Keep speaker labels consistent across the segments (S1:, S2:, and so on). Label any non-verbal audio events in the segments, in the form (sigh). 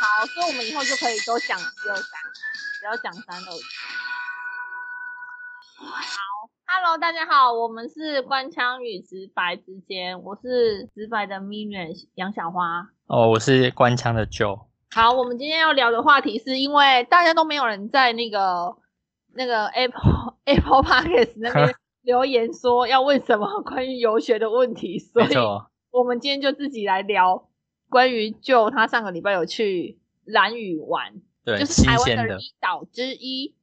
S1: 好，所以我们以后就可以都讲一二三，不要讲三二一。好，Hello，大家好，我们是官腔与直白之间，我是直白的 Minion 杨小花。
S2: 哦，我是官腔的 Joe。
S1: 好，我们今天要聊的话题是因为大家都没有人在那个那个 Apple (laughs) Apple Podcast 那
S2: (laughs)
S1: 边留言说要问什么关于游学的问题，所
S2: 没
S1: 以
S2: 错，
S1: 我们今天就自己来聊关于就他上个礼拜有去蓝屿玩，
S2: 对，
S1: 就是
S2: 新
S1: 台湾
S2: 鲜
S1: 的
S2: 的，
S1: 离岛之一，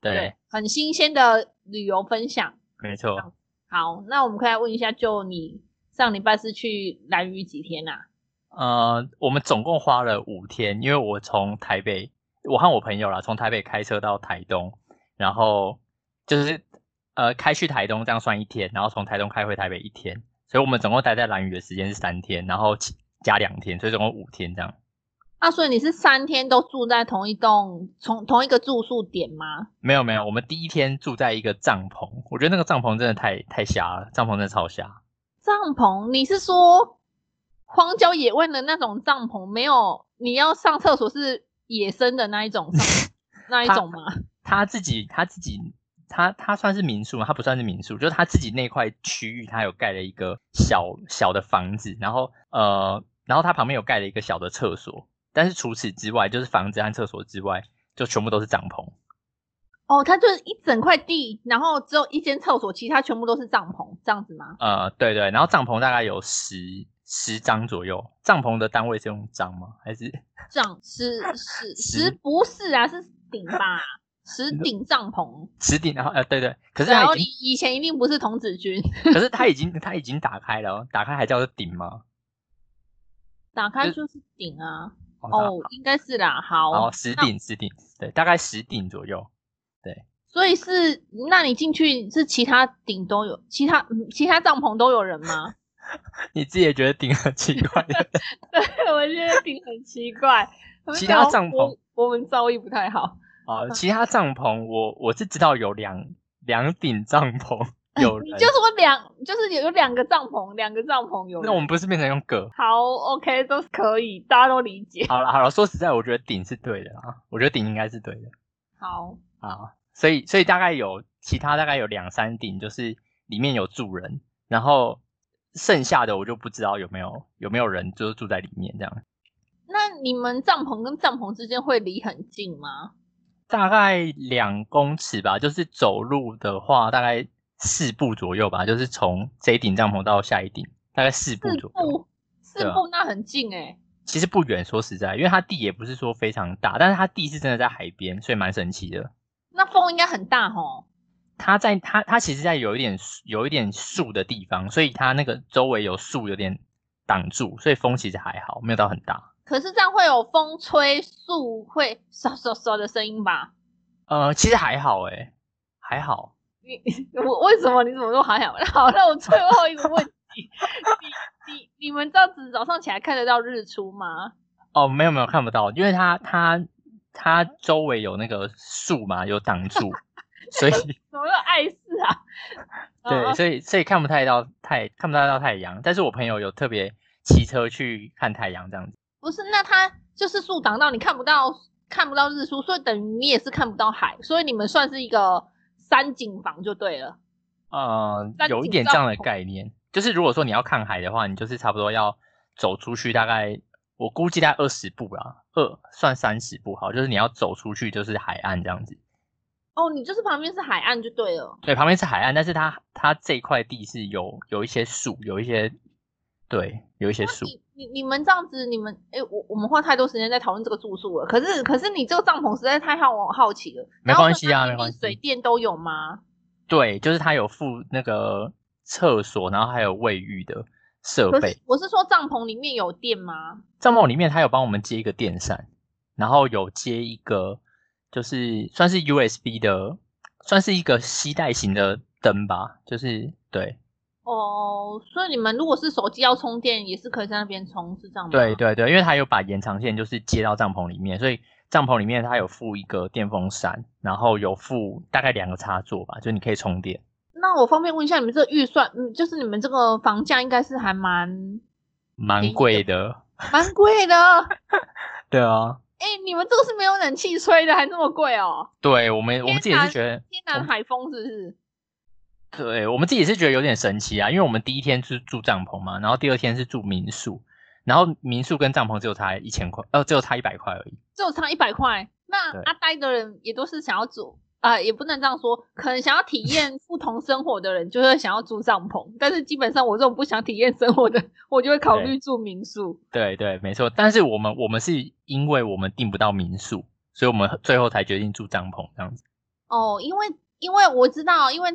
S2: 对，，
S1: 很新鲜的旅游分享。
S2: 没错。
S1: 好，那我们可以来问一下，就你上礼拜是去蓝屿几天啊？
S2: 呃，我们总共花了五天，因为我从台北，我和我朋友啦，从台北开车到台东，然后就是呃开去台东这样算一天，然后从台东开回台北一天，所以我们总共待在兰屿的时间是三天，然后其加两天，所以总共五天这样。
S1: 啊，所以你是三天都住在同一栋同同一个住宿点吗？
S2: 没有没有，我们第一天住在一个帐篷，我觉得那个帐篷真的太太瞎了，帐篷真的超瞎。
S1: 帐篷？你是说荒郊野外的那种帐篷？没有，你要上厕所是野生的那一种帐
S2: (laughs)
S1: 篷那一种吗？
S2: 他自己他自己他他算是民宿吗？他不算是民宿，就是他自己那块区域，他有盖了一个小小的房子，然后呃，然后他旁边有盖了一个小的厕所，但是除此之外，就是房子和厕所之外，就全部都是帐篷。
S1: 哦，它就是一整块地，然后只有一间厕所，其他全部都是帐篷，这样子吗？
S2: 呃，对对，然后帐篷大概有十十张左右，帐篷的单位是用张吗？还是
S1: 这样是是是
S2: 是
S1: 不是啊？是顶吧？十顶帐篷，
S2: 十顶？然后呃，对对，可是
S1: 然
S2: 他
S1: 后
S2: 已经，
S1: 以前一定不是童子军，
S2: 可是他已经他已经打开了哦，打开还叫做顶吗？
S1: 打开
S2: 就
S1: 就是顶啊。
S2: 哦打
S1: 哦，应该是啦。好，
S2: 然后十
S1: 那
S2: 顶十顶，对，大概十顶左右。
S1: 所以是，那你进去是其他顶都有，其他嗯其他帐篷都有人吗？ (laughs)
S2: 你自己也觉得顶很奇怪的 (laughs)
S1: 对，我觉得顶很奇怪。
S2: 其他帐篷
S1: 我，我们造诣不太好。
S2: 啊。其他帐篷我我是知道有两两顶帐篷
S1: (laughs)
S2: 有
S1: 你
S2: 人，
S1: 就说两，就是有有两个帐篷，两个帐篷有人。
S2: 那我们不是变成用个？
S1: 好，OK，都是可以，大家都理解。
S2: 好了好了，说实在，我觉得顶是对的啊，我觉得顶应该是对的
S1: 好，
S2: 啊。所以所以大概有其他大概有两三顶，就是里面有住人，然后剩下的我就不知道有没有有没有人就是住在里面这样。
S1: 那你们帐篷跟帐篷之间会离很近吗？
S2: 大概两公尺吧，就是走路的话，大概四步左右吧，就是从这一顶帐篷到下一顶，大概四步
S1: 四
S2: 左右。
S1: 步，四
S2: 对啊
S1: 步那很近哎、
S2: 其实不远，说实在，因为它地也不是说非常大，但是它地是真的在海边，所以蛮神奇的。
S1: 那风应该很大吼。
S2: 它在它它其实，在有一点树有一点树的地方，所以它那个周围有树有点挡住，所以风其实还好，没有到很大。
S1: 可是这样会有风吹树会唰唰唰的声音吧？
S2: 呃，其实还好诶、还好。
S1: 你我为什么你怎么都还好？那 (laughs) 好，那我最后一个问题，你你你们这样子早上起来看得到日出吗？
S2: 哦，没有没有看不到，因为它它它周围有那个树嘛，有挡住，所以
S1: 怎么又碍事啊？
S2: 对，
S1: 哦
S2: 所以所以看不太到太看不太到太阳。但是我朋友有特别骑车去看太阳这样子。
S1: 不是，那它就是树挡到你看不到，看不到日出，所以等于你也是看不到海，所以你们算是一个山景房就对了。
S2: 呃
S1: 山，
S2: 有一
S1: 景
S2: 点这样
S1: 帐
S2: 的
S1: 篷
S2: 概念，就是如果说你要看海的话，你就是差不多要走出去大概，我估计大概二十步啦，二算三十步好，就是你要走出去就是海岸这样子。
S1: 哦，你就是旁边是海岸就对了。
S2: 对，旁边是海岸，但是它它这一块地是有有一些树，有一些对，有一些树。
S1: 你你你们这样子，你们哎、我我们花太多时间在讨论这个住宿了。可是可是你这个帐篷实在太让我好奇了。
S2: 没
S1: 然后
S2: 关系啊
S1: 它里
S2: 没关
S1: 面
S2: 系
S1: 水电都有吗？
S2: 对，就是它有附那个厕所，然后还有卫浴的设
S1: 可是
S2: 备。
S1: 我是说帐篷里面有电吗？
S2: 帐篷里面它有帮我们接一个电扇，然后有接一个就是算是 USB 的，算是一个吸带型的灯吧，就是对
S1: 哦，所以你们如果是手机要充电，也是可以在那边充，是这样吗？
S2: 对对对，因为它有把延长线就是接到帐篷里面，所以帐篷里面它有附一个电风扇，然后有附大概两个插座吧，就你可以充电。
S1: 那我方便问一下，你们这个预算，嗯，就是你们这个房价应该是还蛮
S2: 蛮
S1: 便宜
S2: 贵的，
S1: (laughs) 蛮贵的，
S2: 对啊，
S1: 哎、你们这个是没有冷气吹的，还这么贵哦？
S2: 对我们，我们自己
S1: 天
S2: 也
S1: 哪
S2: 是觉得，
S1: 天南海风是不是？
S2: 对我们自己也是觉得有点神奇啊，因为我们第一天是住帐篷嘛，然后第二天是住民宿，然后民宿跟帐篷只有差一千块，呃，只有差一百块而已。
S1: 只有差一百块。那
S2: 对
S1: 阿呆的人也都是想要住啊、也不能这样说，可能想要
S2: (laughs)
S1: 体验不同生活的人，就会想要住帐篷。但是基本上我这种不想体验生活的，我就会考虑住民宿。
S2: 对对，没错。但是我们我们是因为我们订不到民宿，所以我们最后才决定住帐篷这样子。
S1: 哦，因为因为我知道，因为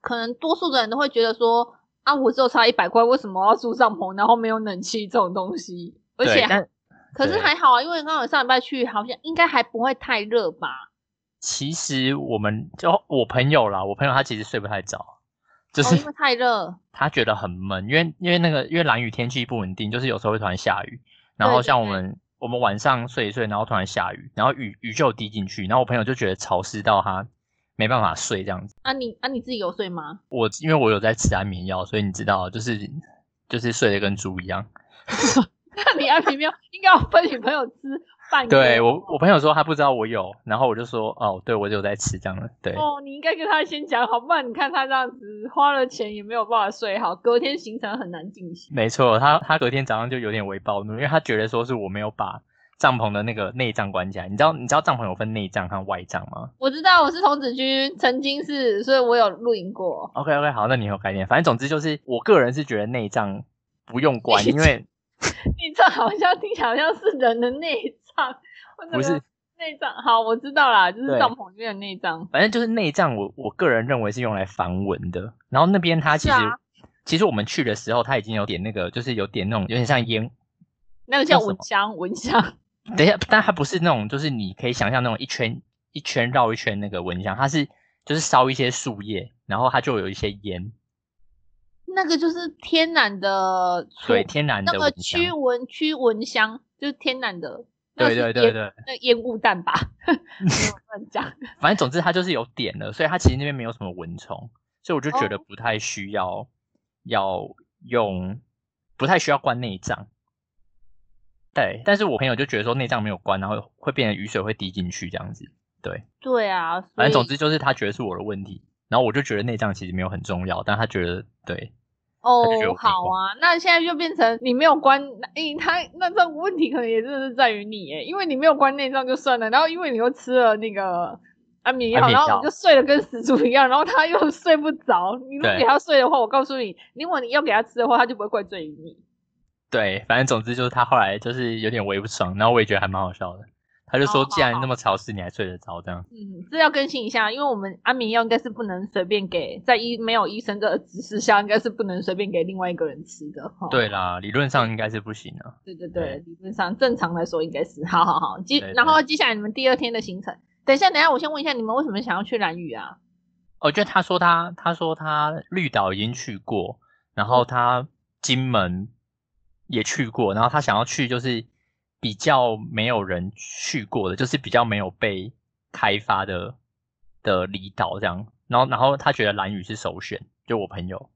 S1: 可能多数的人都会觉得说啊，我只有差一百块，为什么要住帐篷，然后没有冷气这种东西？而
S2: 对
S1: 且
S2: 但
S1: 可是
S2: 对
S1: 还好啊，因为刚好上礼拜去，好像应该还不会太热吧？
S2: 其实我们就我朋友啦，我朋友他其实睡不太着，就
S1: 哦，因
S2: 是
S1: 为太热。
S2: 他觉得很闷，因为因为那个因为蓝雨天气不稳定，就是有时候会突然下雨，然
S1: 对
S2: 后
S1: 对
S2: 像我
S1: 对
S2: 们我们晚上睡一睡，然后突然下雨，然后雨雨就滴进去，然后我朋友就觉得潮湿到他没办法睡这样子。
S1: 啊你啊你自己有睡吗？
S2: 我因为我有在吃安眠药，所以你知道，就是就是睡得跟猪一样。
S1: 那你安瓶没有，应该要分女朋友吃半个。
S2: 对我，我朋友说他不知道我有，然后我就说哦，对我就有在吃这样的，对、
S1: 哦，你应该跟他先讲好，不然你看他这样子花了钱也没有办法睡好，隔天行程很难进行。
S2: 没错，他他隔天早上就有点微暴怒，因为他觉得说是我没有把帐篷的那个内帐关起来，你知道你知道帐篷有分内帐和外帐吗
S1: 我知道我是童子军，曾经是，所以我有露营过。
S2: ？OK OK，好，那你有概念，反正总之就是我个人是觉得内帐不
S1: (laughs)
S2: 用关，因为
S1: 你这好像听起来好像是人的内脏，我整
S2: 不
S1: 个
S2: 是
S1: 内脏。好，我知道啦，就是
S2: 对
S1: 帐篷里面的内脏。
S2: 反正就是内帐我，我个人认为是用来防蚊的。然后那边它其
S1: 是
S2: 实、
S1: 啊
S2: 其实我们去的时候，它已经有点那个，就是有点那种有点像烟
S1: 那个叫
S2: 那什么
S1: 蚊香，蚊香。
S2: 等一下，但它不是那种，就是你可以想象那种一圈一圈绕一圈那个蚊香，它是就是烧一些树叶，然后它就有一些烟，
S1: 那个就是天然的除，
S2: 对，天然
S1: 那
S2: 的
S1: 个
S2: 蚊
S1: 驱
S2: 香，
S1: 蚊驱蚊香就是天然的，那
S2: 对
S1: 个是
S2: 对对
S1: 烟
S2: 对，
S1: 那烟雾弹吧， (laughs) 没有乱讲。
S2: 反正总之它就是有点的，所以它其实那边没有什么蚊虫，所以我就觉得
S1: 哦
S2: 不太需要、要用，不太需要关内脏。对，但是我朋友就觉得说内脏没有关，然后会变成雨水会滴进去这样子。
S1: 对啊，所
S2: 反正总
S1: 以
S2: 之就是他觉得是我的问题，然后我就觉得内脏其实没有很重要，但他觉得对，
S1: 哦
S2: 就觉得我没
S1: 好啊，那现在就变成你没有关，诶、他那这个问题可能也真的是在于你诶，因为你没有关内脏就算了，然后因为你又吃了那个安眠药，
S2: 安眠
S1: 然后
S2: 药
S1: 你就睡得跟死猪一样，然后他又 (laughs) 睡不着。你如果
S2: 对
S1: 给他睡的话，我告诉你，如果你要给他吃的话，他就不会怪罪于你。
S2: 对，反正总之就是他后来就是有点微不爽，然后我也觉得还蛮好笑的。他就说
S1: 哦，
S2: 既然那么潮湿，你还睡得着这样？
S1: 嗯，这要更新一下，因为我们安眠药应该是不能随便给，在医没有医生的指示下，应该是不能随便给另外一个人吃的哈。
S2: 对啦，理论上应该是不行啊。
S1: 对对
S2: 对
S1: 对，理论上正常来说应该是，好好好，接
S2: 对对
S1: 然后接下来你们第二天的行程，等一下等一下，我先问一下你们为什么想要去蓝屿啊？
S2: 哦，就他说他他说他绿岛已经去过，然后他金门也去过，然后他想要去就是比较没有人去过的，就是比较没有被开发的的离岛这样。然后然后他觉得蓝屿是首选，就我朋友。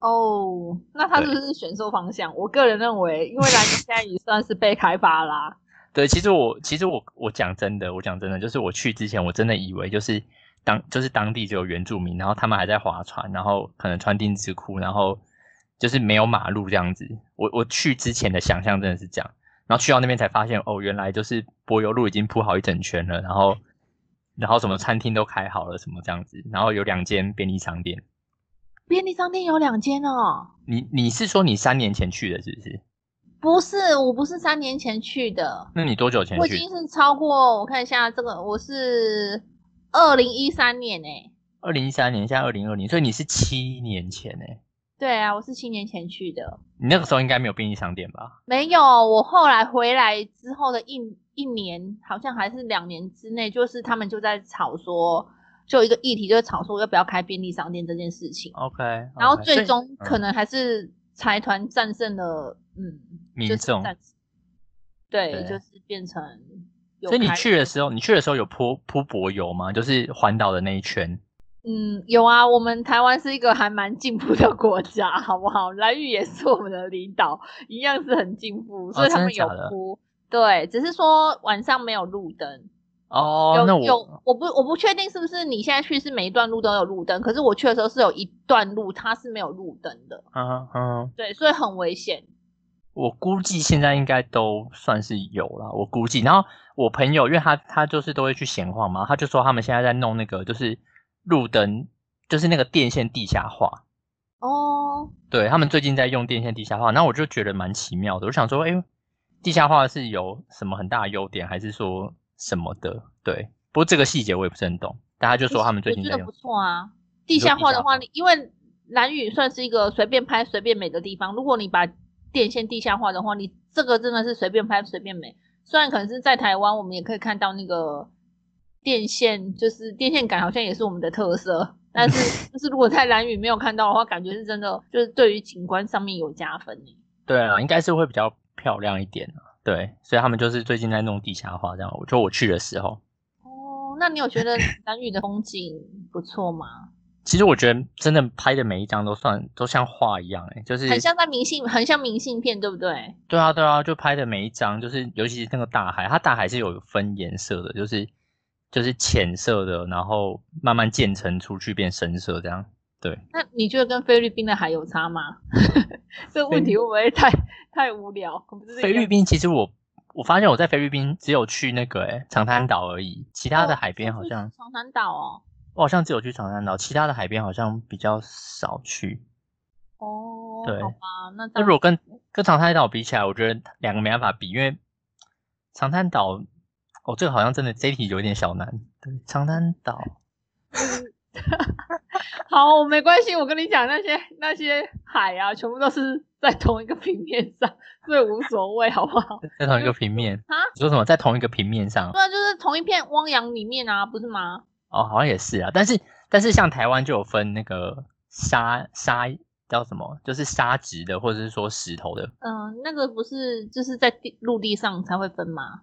S1: 哦，那他是不是选错方向？我个人认为，因为蓝屿现在也算是被开发啦。
S2: 对，其实我其实我我讲真的，我讲真的，就是我去之前，我真的以为就是当就是当地只有原住民，然后他们还在划船，然后可能穿丁字裤，然后就是没有马路这样子。我我去之前的想象真的是这样，然后去到那边才发现，哦，原来就是柏油路已经铺好一整圈了，然后然后什么餐厅都开好了，什么这样子，然后有两间便利商店。
S1: (laughs) 便利商店有两间哦，
S2: 你你是说你三年前去的，是不是？
S1: 不是，我不是三年前去的，
S2: 那你多久前
S1: 我已
S2: 去
S1: 经？是超过，我看一下这个，我是二零一三年哎、
S2: 二零一三年，现在二零二零，所以你是七年前哎、
S1: 对啊，我是七年前去的，
S2: 你那个时候应该没有便利商店吧？
S1: 没有，我后来回来之后的一一年，好像还是两年之内，就是他们就在吵说，就有一个议题就是吵说要不要开便利商店这件事情
S2: OK，
S1: 然后最终可
S2: 能、
S1: 能还是财团战胜了，嗯，
S2: 民
S1: 就是
S2: 众
S1: 战对，
S2: 对
S1: 就是变成有
S2: 所以你
S1: 开
S2: 去的时候，你去的时候有铺铺柏油吗？就是环岛的那一圈。
S1: 嗯，有啊，我们台湾是一个还蛮进步的国家，好不好？蓝屿也是我们的离岛，一样是很进步，所以他
S2: 哦真的
S1: 们有
S2: 假的
S1: 铺。对，只是说晚上没有路灯。
S2: 哦，那
S1: 有
S2: 我
S1: 有，我不我不确定是不是你现在去是每一段路都有路灯，可是我去的时候是有一段路它是没有路灯的，
S2: 嗯嗯，
S1: 对，所以很危险。
S2: 我估计现在应该都算是有了，我估计。然后我朋友，因为他他就是都会去闲晃嘛，他就说他们现在在弄那个就是路灯，就是那个电线地下化。
S1: 哦，
S2: 对他们最近在用电线地下化，那我就觉得蛮奇妙的。我想说，哎、地下化是有什么很大的优点，还是说什么的？对，不过这个细节我也不是很懂。但他就说他们最近
S1: 我
S2: 在
S1: 觉得不
S2: 用，
S1: 错啊。
S2: 你
S1: 地
S2: 说
S1: 下
S2: 地
S1: 化
S2: 下
S1: 的
S2: 化
S1: 话，你因为蓝屿算是一个随便拍随便美的地方，如果你把电线地下化的话，你这个真的是随便拍随便美。虽然可能是在台湾，我们也可以看到那个电线，就是电线杆好像也是我们的特色。但
S2: (laughs)
S1: 是就是如果在蓝屿没有看到的话，感觉是真的就是对于景观上面有加分欸呢。
S2: 对啊，应该是会比较漂亮一点啊。对，所以他们就是最近在弄地下化，这样。我就我去的时候，
S1: 哦，那你有
S2: (laughs)
S1: 觉得蓝屿的风景不错吗？
S2: 其实我觉得真的拍的每一张都算都像画一样、欸，就是
S1: 很像在明信，很像明信片，对不对？
S2: 对啊，对啊，就拍的每一张，就是尤其是那个大海，它大海是有分颜色的，就是就是浅色的，然后慢慢渐层出去变深色这样。对，
S1: 那你觉得跟菲律宾的海有差吗？ (laughs) 这个问题会不会太太无聊？不是一样
S2: 菲律宾其实我我发现我在菲律宾只有去那个、欸、长滩岛而已，其他的海边好像、
S1: 哦长滩岛哦。
S2: 我好像只有去长滩岛，其他的海边好像比较少去。
S1: 哦，
S2: 对
S1: 好吧，那这
S2: 那
S1: 样
S2: 如果跟跟长滩岛比起来，我觉得两个没办法比，因为长滩岛，哦，这个好像真的这一题有点小难。对，长滩岛，
S1: 好，我没关系。我跟你讲，那些那些海啊，全部都是 (laughs) 在同一个平面上，所以无所谓，好不好？ (laughs)
S2: 在同一个平面
S1: 啊
S2: 你说什么？在同一个平面上
S1: 对啊，就是同一片汪洋里面啊，不是吗？
S2: 哦，好像也是啊。但是但是像台湾就有分那个沙沙叫什么，就是沙质的，或者是说石头的。
S1: 嗯、那个不是就是在地陆地上才会分吗？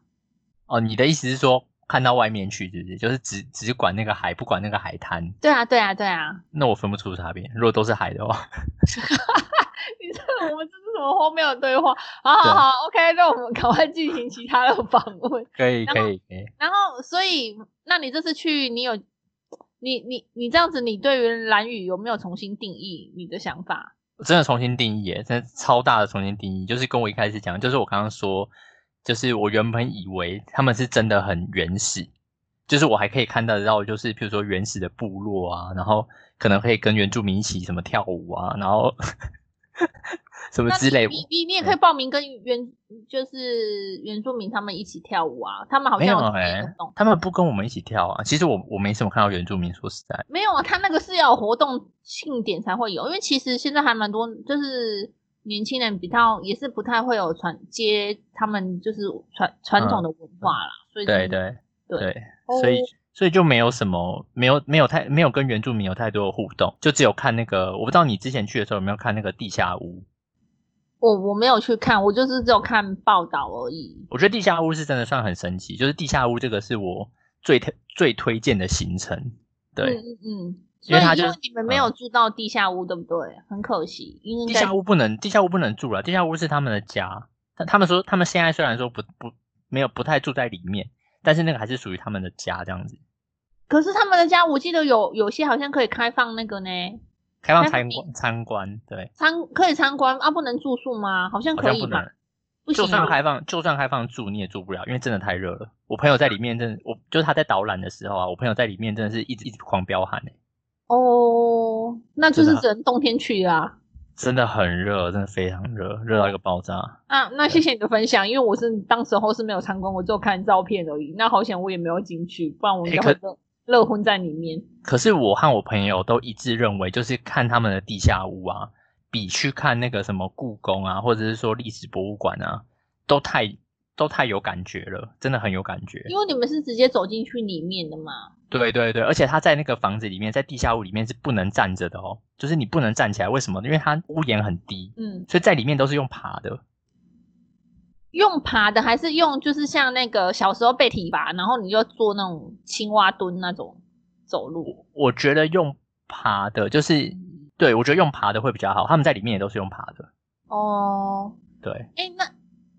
S2: 哦，你的意思是说看到外面去，是不是？就是只只管那个海，不管那个海滩。
S1: 对啊，对啊，对啊！
S2: 那我分不出差别。如果都是海的话，
S1: 你这我们这是什么荒谬的对话？好好好，OK，那我们赶快进行其他的访问。
S2: 可以可
S1: 然后
S2: 以可以。
S1: 然后，所以，那你这次去，你有，你你你这样子，你对于蓝雨有没有重新定义你的想法？
S2: 我真的重新定义耶，真的超大的重新定义，就是跟我一开始讲，就是我刚刚说，就是我原本以为他们是真的很原始，就是我还可以看得到，就是譬如说原始的部落啊，然后可能可以跟原住民一起什么跳舞啊，然后 (laughs) 什么
S1: 那
S2: 之
S1: 你
S2: 类。嗯
S1: 你你你也可以报名跟原就是原住民他们一起跳舞啊，他们好
S2: 没
S1: 像
S2: 有
S1: 有这么
S2: 哎、
S1: 一个动，
S2: 他们不跟我们一起跳啊。其实我我没什么看到原住民，说实在，
S1: 没有啊，他那个是要有活动庆典才会有，因为其实现在还蛮多，就是年轻人比较也是不太会有传接他们就是传传统的文化啦，所以
S2: 嗯对
S1: 就是
S2: 对
S1: 对
S2: 对，所以
S1: 哦
S2: 所以就没有什么，没有没有太没有跟原住民有太多的互动，就只有看那个，我不知道你之前去的时候有没有看那个地下屋。
S1: 我我没有去看，我就是只有看报道而已。
S2: 我觉得地下屋是真的算很神奇，就是地下屋这个是我最推最推荐的行程。对，
S1: 嗯嗯嗯，
S2: 因
S1: 所
S2: 为
S1: 以
S2: 它就嗯
S1: 因为
S2: 是
S1: 你们没有住到地下屋，对不对？很可惜，应
S2: 地
S1: 该
S2: 下屋不能地下屋不能住了，地下屋是他们的家。他他们说他们现在虽然说不不没有不太住在里面，但是那个还是属于他们的家这样子，
S1: 可是他们的家，我记得有有些好像可以开放那个呢，
S2: 开放
S1: 开放
S2: 参
S1: 地
S2: 观参观。对，
S1: 参可以参观啊，不能住宿吗？好像
S2: 好
S1: 可
S2: 像
S1: 以
S2: 不
S1: 吧
S2: 能？。
S1: 不
S2: 就
S1: 行
S2: 算
S1: 啊，
S2: 开放，就算开放住，你也住不了，因为真的太热了。我朋友在里面真的，我就是他在导览的时候啊，我朋友在里面真的是一直一直狂飙汗、欸、
S1: 哦，那就
S2: 真
S1: 是
S2: 的
S1: 只能冬天去啦。
S2: 真的很热，真的非常热，热到一个爆炸。
S1: 啊，那谢谢你的分享，因为我是当时候是没有参观，我只有看照片而已。那好险我也没有进去，不然我应该
S2: 哎可
S1: 会热热昏在里面。
S2: 可是我和我朋友都一致认为，就是看他们的地下屋啊，比去看那个什么故宫啊，或者是说历史博物馆啊，都太都太有感觉了，真的很有感觉。
S1: 因为你们是直接走进去里面的嘛。
S2: 对对对，而且他在那个房子里面，在地下屋里面是不能站着的哦，就是你不能站起来，为什么？因为它屋檐很低，
S1: 嗯，
S2: 所以在里面都是用爬的。
S1: 用爬的还是用就是像那个小时候被提拔，然后你就做那种青蛙蹲那种走路。
S2: 我觉得用爬的，就是对我觉得用爬的会比较好。他们在里面也都是用爬的，
S1: 哦，
S2: 对，
S1: 哎，那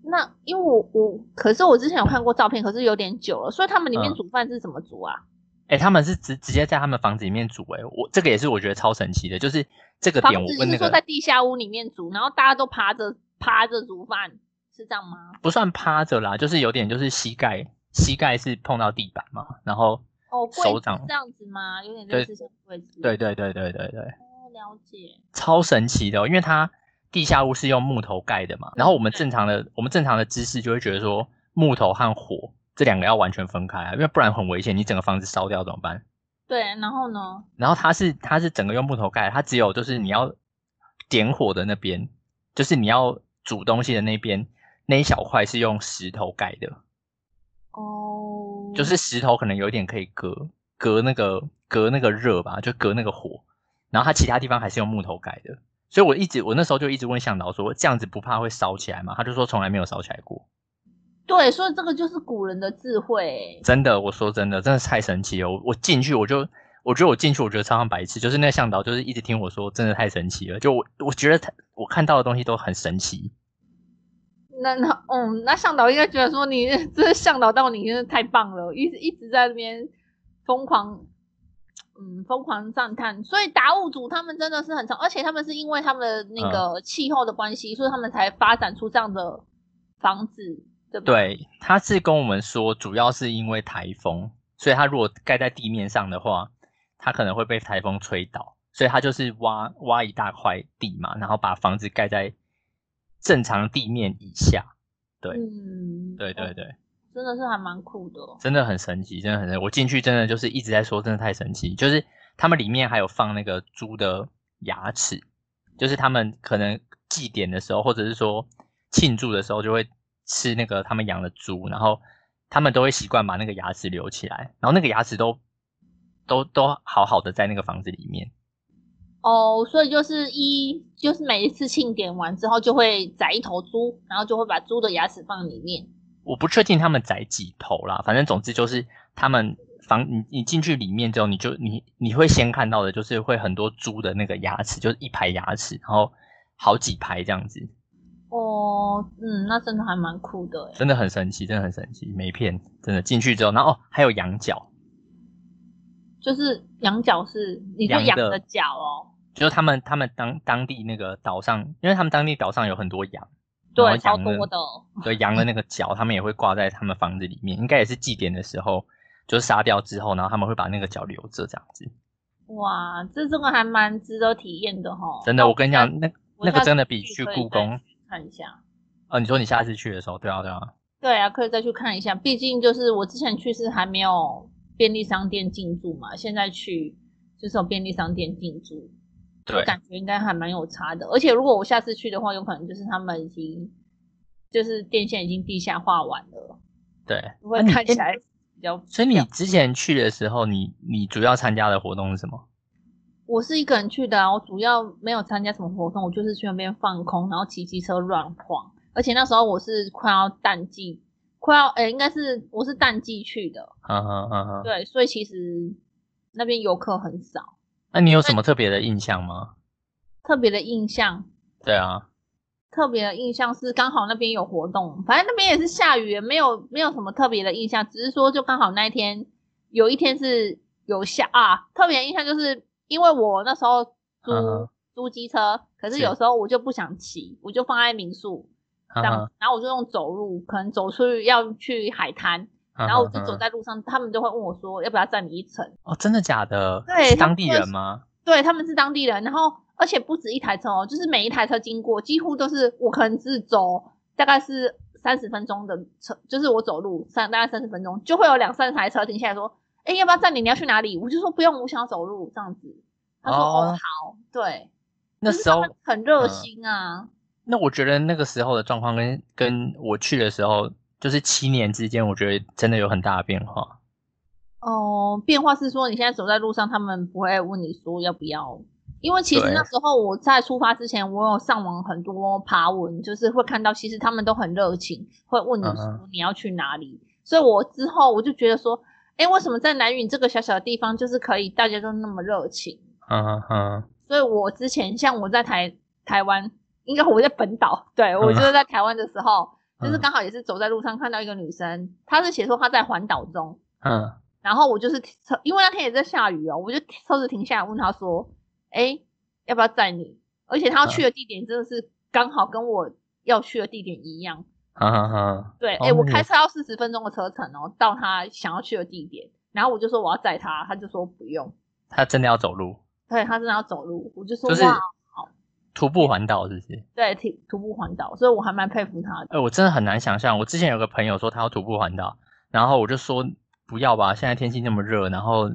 S1: 那因为我我，可是我之前有看过照片，可是有点久了，所以他们里面
S2: 嗯
S1: 煮饭是怎么煮啊？
S2: 哎、他们是直直接在他们房子里面煮、欸，我这个也是我觉得超神奇的，就是这个
S1: 房
S2: 点我
S1: 子
S2: 问
S1: 是
S2: 那
S1: 说
S2: 个
S1: 在地下屋里面煮，然后大家都趴着趴着煮饭，是这样吗？
S2: 不算趴着啦，就是有点就是膝盖膝盖是碰到地板嘛，然后
S1: 哦，柜
S2: 手
S1: 子
S2: 掌
S1: 这样子吗？有点类
S2: 对
S1: 似像柜子。
S2: 对对对对对对，
S1: 哦，了解。
S2: 超神奇的哦、因为它地下屋是用木头盖的嘛，然后我们
S1: 对
S2: 正常的我们正常的知识就会觉得说木头和火这两个要完全分开啊，因为不然很危险，你整个房子烧掉怎么办？
S1: 对，然后呢？
S2: 然后它是它是整个用木头盖，它只有就是你要点火的那边，就是你要煮东西的那边那一小块是用石头盖的，
S1: 哦，
S2: 就是石头可能有一点可以隔隔那个隔那个热吧，就隔那个火，然后它其他地方还是用木头盖的。所以我一直我那时候就一直问向导说，这样子不怕会烧起来吗？他就说从来没有烧起来过。
S1: 对，所以这个就是古人的智慧欸。
S2: 真的，我说真的，真的是太神奇了。我我进去我就，我觉得我进去，我觉得超像白痴。就是那个向导，就是一直听我说，真的太神奇了。就我我觉得他我看到的东西都很神奇。
S1: 那那嗯，那向导应该觉得说你 (laughs) 真的向导到你真的太棒了，一直一直在那边疯狂，嗯，疯狂赞叹。所以达悟族他们真的是很长，而且他们是因为他们的那
S2: 嗯
S1: 个气候的关系，所以他们才发展出这样的房子，对不？
S2: 对，他是跟我们说，主要是因为台风，所以他如果盖在地面上的话，它可能会被台风吹倒，所以他就是挖挖一大块地嘛，然后把房子盖在正常地面以下。对
S1: 嗯，
S2: 对对
S1: 哦，
S2: 对。
S1: 真的是还蛮酷的。哦
S2: 真的很神奇，真的很神奇。我进去真的就是一直在说，真的太神奇。就是他们里面还有放那个猪的牙齿，就是他们可能祭典的时候，或者是说庆祝的时候，就会吃那个他们养的猪，然后他们都会习惯把那个牙齿留起来，然后那个牙齿都都都好好的在那个房子里面。
S1: 哦，所以就是一就是每一次庆典完之后就会宰一头猪，然后就会把猪的牙齿放里面。
S2: 我不确定他们宰几头啦，反正总之就是他们房你你进去里面之后，你就你你会先看到的就是会很多猪的那个牙齿，就是一排牙齿，然后好几排这样子，
S1: 哦，嗯，那真的还蛮酷的欸诶。
S2: 真的很神奇，真的很神奇，没骗，真的进去之后，然后哦还有羊角，
S1: 就是羊角是你说羊
S2: 羊的
S1: 的角哦，
S2: 就是他们他们当当地那个岛上，因为他们当地岛上有很多羊，然
S1: 对，
S2: 后
S1: 超
S2: 羊的
S1: 多的哦。
S2: 对羊的那个角，他们也会挂在他们房子里面，应该也是祭典的时候，就是杀掉之后，然后他们会把那个角留着这样子，
S1: 哇，这这个还蛮值得体验的哈。
S2: 真的，
S1: 哦那
S2: 我跟你
S1: 下
S2: 讲，那
S1: 我
S2: 那个
S1: 下
S2: 真的
S1: 次
S2: 比
S1: 去
S2: 去
S1: 可以再
S2: 故宫。
S1: 去看一下。
S2: 呃，你说你下次去的时候，对啊，对啊，
S1: 对啊，可以再去看一下，毕竟就是我之前去是还没有便利商店进驻嘛，现在去就是有便利商店进驻，我
S2: 对，
S1: 感觉应该还蛮有差的。而且如果我下次去的话，有可能就是他们已经就是电线已经地下化完了，
S2: 对。
S1: 会
S2: 啊那你
S1: 看起
S2: 先
S1: 来比较。
S2: 所以你之前去的时候，你你主要参加的活动是什么？
S1: 我是一个人去的、啊，我主要没有参加什么活动，我就是去那边放空，然后骑机车乱晃。而且那时候我是快要淡季，快要诶、应该是我是淡季去的，
S2: 嗯哼嗯哼。
S1: 对，所以其实那边游客很少。
S2: 那你有什么特别的印象吗？
S1: 特别的印象，
S2: 对啊，
S1: 特别的印象是刚好那边有活动，反正那边也是下雨，没有没有什么特别的印象，只是说就刚好那一天有一天是有下啊，特别的印象就是因为我那时候租、
S2: 嗯哼
S1: 租机车，可是
S2: 是
S1: 有时候我就不想骑，我就放在民宿这
S2: 嗯
S1: 样
S2: 哼
S1: 子，然后我就用走路，可能走出去要去海滩，
S2: 嗯哼
S1: 然后我就走
S2: 嗯哼
S1: 在路上，他们就会问我说要不要载你一程，
S2: 哦，真的假的？
S1: 对
S2: 是
S1: 他
S2: 当
S1: 们
S2: 地
S1: 会
S2: 人吗？
S1: 对，他们是当地人，然后而且不止一台车哦，就是每一台车经过，几乎都是我可能只走大概是三十分钟的车，就是我走路三大概三十分钟，就会有两三台车停下来说，哎，要不要站你？你要去哪里？我就说不用，我想要走路这样子。他说哦
S2: 哦
S1: 好，对，
S2: 那
S1: 就是
S2: 时
S1: 他
S2: 候
S1: 们，很热
S2: 嗯
S1: 心啊，
S2: 那我觉得那个时候的状况跟跟我去的时候，就是七年之间，我觉得真的有很大的变化。
S1: 哦，变化是说你现在走在路上，他们不会问你说要不要，因为其实
S2: 对
S1: 那时候我在出发之前，我有上网很多爬文，就是会看到其实他们都很热情，会问你
S2: 嗯
S1: 说你要去哪里。所以我之后我就觉得说，哎，为什么在南屿这个小小的地方，就是可以大家都那么热情？
S2: 嗯哼哼，
S1: 所以我之前像我在台台湾，应该我在本岛，对我
S2: 嗯
S1: 就是在台湾的时候，就是刚好也是走在路上看到一个女生，她是写说她在环岛中，
S2: 嗯
S1: 然后我就是车，因为那天也在下雨哦，我就车子停下来问他说：“哎，要不要载你？”而且
S2: 嗯
S1: 他要去的地点真的是刚好跟我要去的地点一样。
S2: 嗯嗯嗯，
S1: 对，
S2: 哦
S1: 哎、我
S2: 那
S1: 开
S2: 你
S1: 车要四十分钟的车程哦，到他想要去的地点，然后我就说我要载他，他就说不用。
S2: 他真的要走路，
S1: 对他真的要走路，我就说、
S2: 就是
S1: 哇，
S2: 徒步环岛，是不是？
S1: 对，徒徒步环岛，所以我还蛮佩服他的。
S2: 哎、我真的很难想象。我之前有个朋友说他要徒步环岛，然后我就说不要吧，现在天气那么热，然后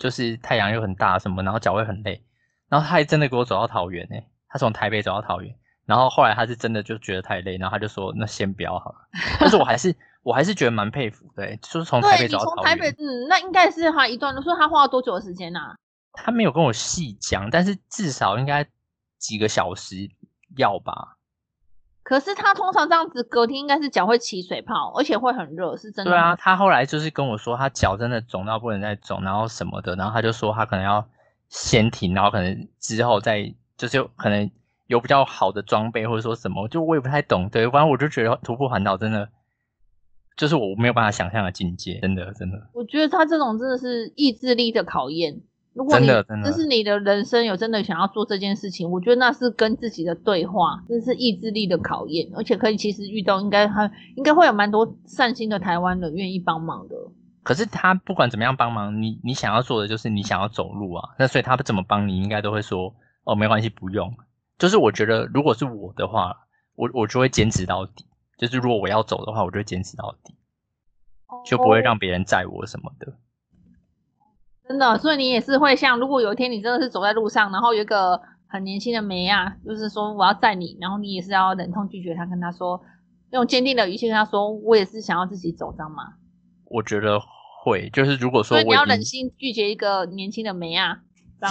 S2: 就是太阳又很大什么，然后脚会很累。然后他还真的给我走到桃园呢、欸他从台北走到桃园，然后后来他是真的就觉得太累，然后他就说那先不要好了。但是我还是我还是觉得蛮佩服的、欸，就是从台
S1: 对
S2: 北
S1: 你
S2: 走到
S1: 从
S2: 桃
S1: 台
S2: 园。
S1: 北，嗯，那应该是他一段路，所以他花了多久的时间啊呐、
S2: 他没有跟我细讲，但是至少应该几个小时要吧？
S1: 可是他通常这样子，隔天应该是脚会起水泡，而且会很热，是真的。
S2: 对啊，，他后来就是跟我说，他脚真的肿到不能再肿，然后什么的，然后他就说他可能要先停，然后可能之后再就是有可能有比较好的装备或者说什么，就我也不太懂。对，反正我就觉得徒步环岛真的就是我没有办法想象的境界，真的真的。
S1: 我觉得他这种真的是意志力的考验。如果你
S2: 真的真的
S1: 就是你的人生有真的想要做这件事情，我觉得那是跟自己的对话，这是意志力的考验，而且可以其实遇到应该还应该会有蛮多善心的台湾人愿意帮忙的。
S2: 可是他不管怎么样帮忙你，你想要做的就是你想要走路啊。那所以他怎么帮你，应该都会说哦，没关系，不用。就是我觉得如果是我的话，我我就会坚持到底。就是如果我要走的话，我就会坚持到底，就
S1: 哦
S2: 不会让别人载我什么的。
S1: 真的，所以你也是会像，如果有一天你真的是走在路上，然后有一个很年轻的梅亚，就是说我要载你，然后你也是要忍痛拒绝他，跟他说用坚定的语气跟他说，我也是想要自己走，知道吗？
S2: 我觉得会，就是如果
S1: 所
S2: 说我
S1: 以你要
S2: 已
S1: 忍
S2: 经
S1: 心拒绝一个年轻的梅亚，这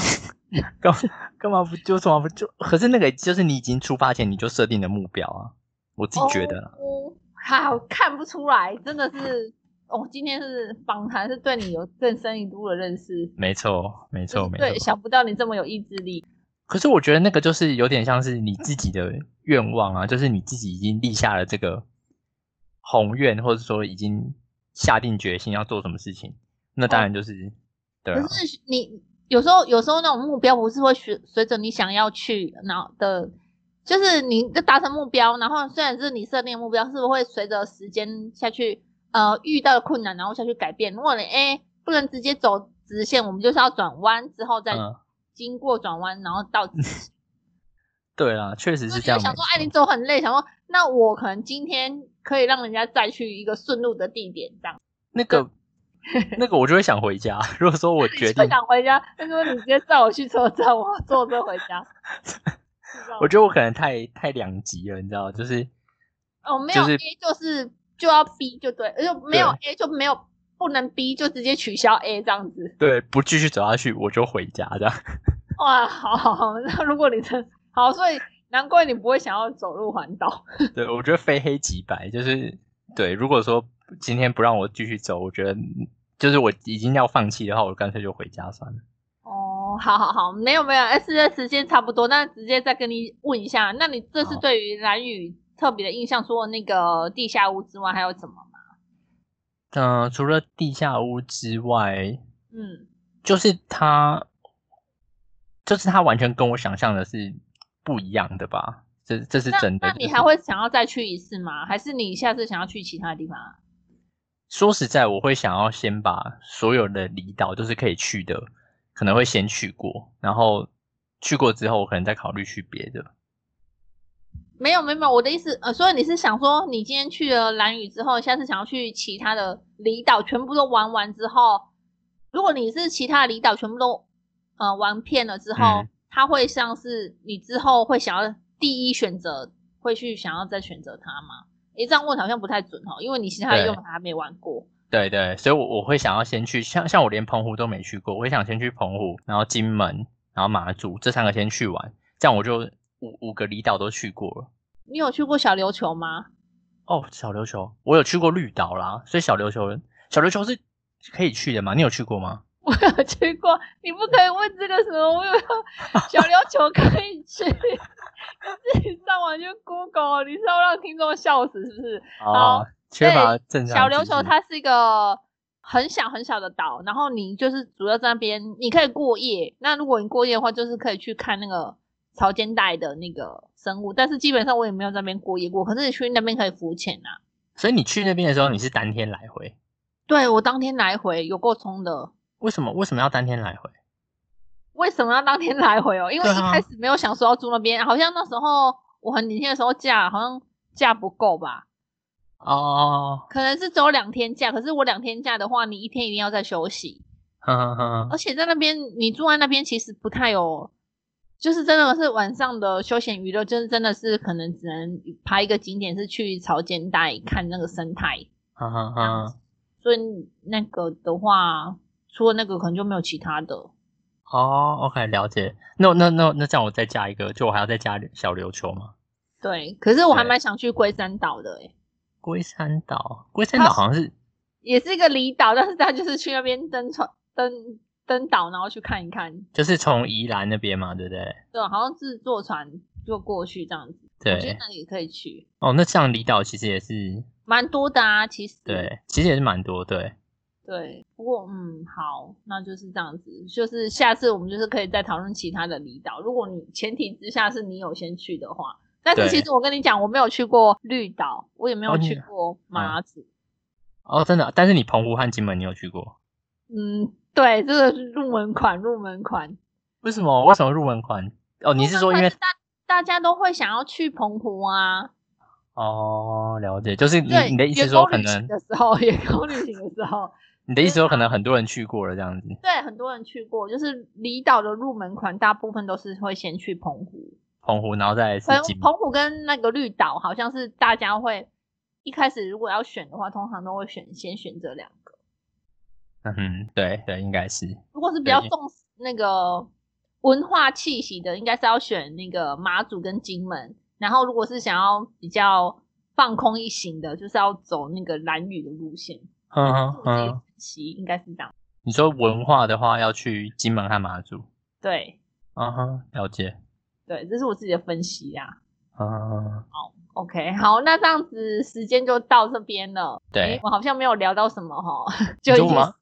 S1: 样
S2: 干干嘛不就什么不就？可是那个就是你已经出发前你就设定的目标啊，我自己觉得啦。
S1: 哦，好看不出来，真的是，哦、今天是访谈，是对你有更深一步的认识，
S2: 没错，没
S1: 就
S2: 错，
S1: 是
S2: 没错。
S1: 对，想不到你这么有意志力，
S2: 可是我觉得那个就是有点像是你自己的愿望啊，就是你自己已经立下了这个宏愿，或者说已经下定决心要做什么事情，那当然就是、对、啊
S1: 哦可，是你有时候有时候那种目标不是会随随着你想要去然后的，就是你的达成目标，然后虽然是你设定的目标，是不是会随着时间下去呃遇到的困难，然后下去改变？如果你哎不能直接走直线，我们就是要转弯之后再
S2: 嗯，
S1: 经过转弯，然后
S2: (laughs)
S1: 到直线。
S2: 对啦，确实
S1: 就是是
S2: 这样。
S1: 想说，哎，
S2: 没
S1: 你
S2: 错
S1: 走很累，想说那我可能今天可以让人家再去一个顺路的地点，这样。
S2: 那个那个，我就会想回家。如果
S1: (laughs)
S2: 说我决定
S1: 就，想回家，他说你直接载我去车站，我要坐车回
S2: (laughs)
S1: 家。是这样
S2: 我觉得我可能太太两极了，你知道，就是
S1: 哦，没
S2: 就
S1: 有
S2: 是
S1: A 就是就要 B 就对，呃就没有 A 就没有不能 B 就直接取消 A 这样子。
S2: 对不继续走下去，我就回家这样。 (laughs)
S1: 哇，好好好，那如果你真好，所以难怪你不会想要走路环岛。 (laughs)
S2: 对，我觉得非黑即白，就是对。如果说今天不让我继续走，我觉得就是我已经要放弃的话，我干脆就回家算了。
S1: 哦，好好好，没有没有，哎，现在时间差不多，那直接再跟你问一下，那你这次
S2: 好
S1: 对于蓝雨特别的印象，除了那个地下屋之外，还有什么吗？
S2: 嗯、除了地下屋之外，
S1: 嗯，
S2: 就是他，就是他完全跟我想象的是不一样的吧？这这是
S1: 那
S2: 真的。
S1: 那你
S2: 就是
S1: 还会想要再去一次吗？还是你下次想要去其他地方啊？
S2: 说实在，我会想要先把所有的离岛，就是可以去的，可能会先去过，然后去过之后，我可能再考虑去别的。
S1: 没有没有没有，我的意思，呃，所以你是想说，你今天去了蓝屿之后，下次想要去其他的离岛全部都玩完之后，如果你是其他的离岛全部都呃玩遍了之后，
S2: 嗯
S1: 它会像是你之后会想要第一选择，会去想要再选择它吗？诶，这样问好像不太准哦，因为你其他的
S2: 对
S1: 用法还没玩过。
S2: 对对，所以我我会想要先去，像像我连澎湖都没去过，我会想先去澎湖，然后金门，然后马祖这三个先去玩，这样我就五五个离岛都去过了。
S1: 你有去过小琉球吗？
S2: 哦，小琉球，我有去过绿岛啦，所以小琉球小琉球是可以去的吗？你有去过吗？
S1: 我有去过，你不可以问这个什么，我有小琉球可以去，自己上网去 Google，你是哦要让听众笑死是不是？
S2: 哦，缺乏正常
S1: 小琉
S2: 知
S1: 球
S2: 识
S1: 它是一个很小很小的岛，然后你就是主要在那边，你可以过夜。那如果你过夜的话，就是可以去看那个潮间带的那个生物，但是基本上我也没有在那边过夜过。可是你去那边可以浮潜啊。
S2: 所以你去那边的时候你是当天来回，
S1: 对我当天来回有够冲的，
S2: 为什么为什么要当天来回？
S1: 为什么要当天来回哦？因为
S2: 对
S1: 一
S2: 啊
S1: 开始没有想说要住那边，好像那时候我很年轻的时候假好像假不够吧，
S2: 哦， (laughs)
S1: 可能是只有两天假。可是我两天假的话，你一天一定要再休息。
S2: 哼哼哼
S1: 而
S2: 哼，
S1: 且在那边，你住在那边其实不太有，就是真的是晚上的休闲娱乐，就是真的是可能只能拍一个景点是去潮间带看那个生态，
S2: 哼哼
S1: 这样
S2: 哼
S1: 子。所以那个的话，除了那个可能就没有其他的。
S2: 哦，OK，了解。那那那那这样我再加一个，就我还要再加小琉球吗？
S1: 对，可是我还
S2: 对
S1: 蛮想去龟山岛的、欸，
S2: 龟山岛，龟山岛
S1: 它
S2: 好像是
S1: 也是一个离岛，但是他就是去那边登船登登岛，然后去看一看，
S2: 就是从宜兰那边嘛，对不对？
S1: 对，啊好像是坐船就过去这样子。我觉得
S2: 对，
S1: 那里也可以去，
S2: 哦，那这样离岛其实也是
S1: 蛮多的啊，其实。
S2: 对，其实也是蛮多，对，
S1: 对，不过嗯，好，那就是这样子，就是下次我们就是可以再讨论其他的离岛。如果你前提之下是你有先去的话，但是
S2: 对
S1: 其实我跟你讲，我没有去过绿岛，我也没有
S2: 哦
S1: 去
S2: 你
S1: 过马祖。
S2: 哦，真的。但是你澎湖和金门你有去过？
S1: 嗯，对，这个是入门款，入门款。
S2: 为什么？为什么入门款？哦，你是说因
S1: 入门款
S2: 为
S1: 是大大家都会想要去澎湖啊？
S2: 哦，了解，就是你
S1: 对，
S2: 你的意思
S1: 员
S2: 说
S1: 工
S2: 可
S1: 旅行
S2: 能
S1: 的时候， (laughs) 员工旅行的时候，
S2: 你的意思
S1: 就是
S2: 说可能很多人去过了这样子。
S1: 对，很多人去过，就是离岛的入门款，大部分都是会先去澎湖。
S2: 澎湖，然后再来是
S1: 澎
S2: 金门
S1: 澎湖跟那个绿岛好像是大家会一开始如果要选的话，通常都会选先选这两个。
S2: 嗯，对对，应该是
S1: 如果是比较
S2: 对
S1: 重视那个文化气息的，应该是要选那个马祖跟金门。然后如果是想要比较放空一行的，就是要走那个蓝屿的路线。
S2: 嗯
S1: 这
S2: 哼
S1: 是我自己的
S2: 嗯
S1: 分，析应该是这样。
S2: 你说文化的话要去金门和马祖，
S1: 对
S2: 嗯哼，了解，
S1: 对，这是我自己的分析啊。
S2: 嗯，
S1: OK，好，那这样子时间就到这边了。诶
S2: 对，
S1: 我好像没有聊到什么哈， (laughs)
S2: 你
S1: 就已
S2: 说
S1: 经
S2: 吗？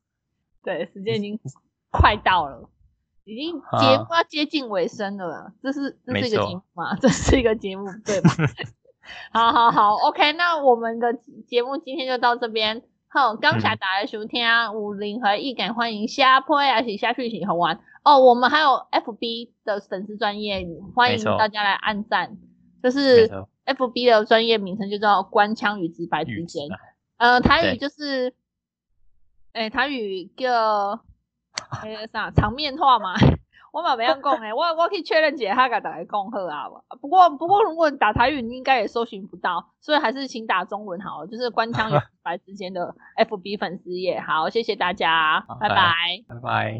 S1: 对，时间已经快到了，已经节目要接近尾声了。这是这
S2: 啊没
S1: 是一个
S2: 错
S1: 节目吗？ (laughs) 这是一个节目，对
S2: (laughs)
S1: 吧？好好好，OK，那我们的节目今天就到这边。好，感
S2: 嗯
S1: 谢大家收听，有任何意见欢迎下播，而且下去请好玩哦。我们还有 FB 的粉丝专业，欢
S2: 没
S1: 迎
S2: 错
S1: 大家来按赞。就
S2: 没
S1: 是
S2: 错，
S1: FB 的专业名称就叫“官腔与直白之
S2: 玉子
S1: 间”。
S2: 啊
S1: 呃，台
S2: 对
S1: 语就是，诶、台语叫那个啥场面话嘛。 (laughs) 我嘛没样讲诶，我我去确认一下，他甲大家讲好啊。不过不过，如果你打台语，你应该也搜寻不到，所以还是请打中文好了。就是官 (laughs) 腔与直白之间的 FB 粉丝页。好，谢谢大家，拜
S2: 好拜
S1: 拜
S2: 拜拜。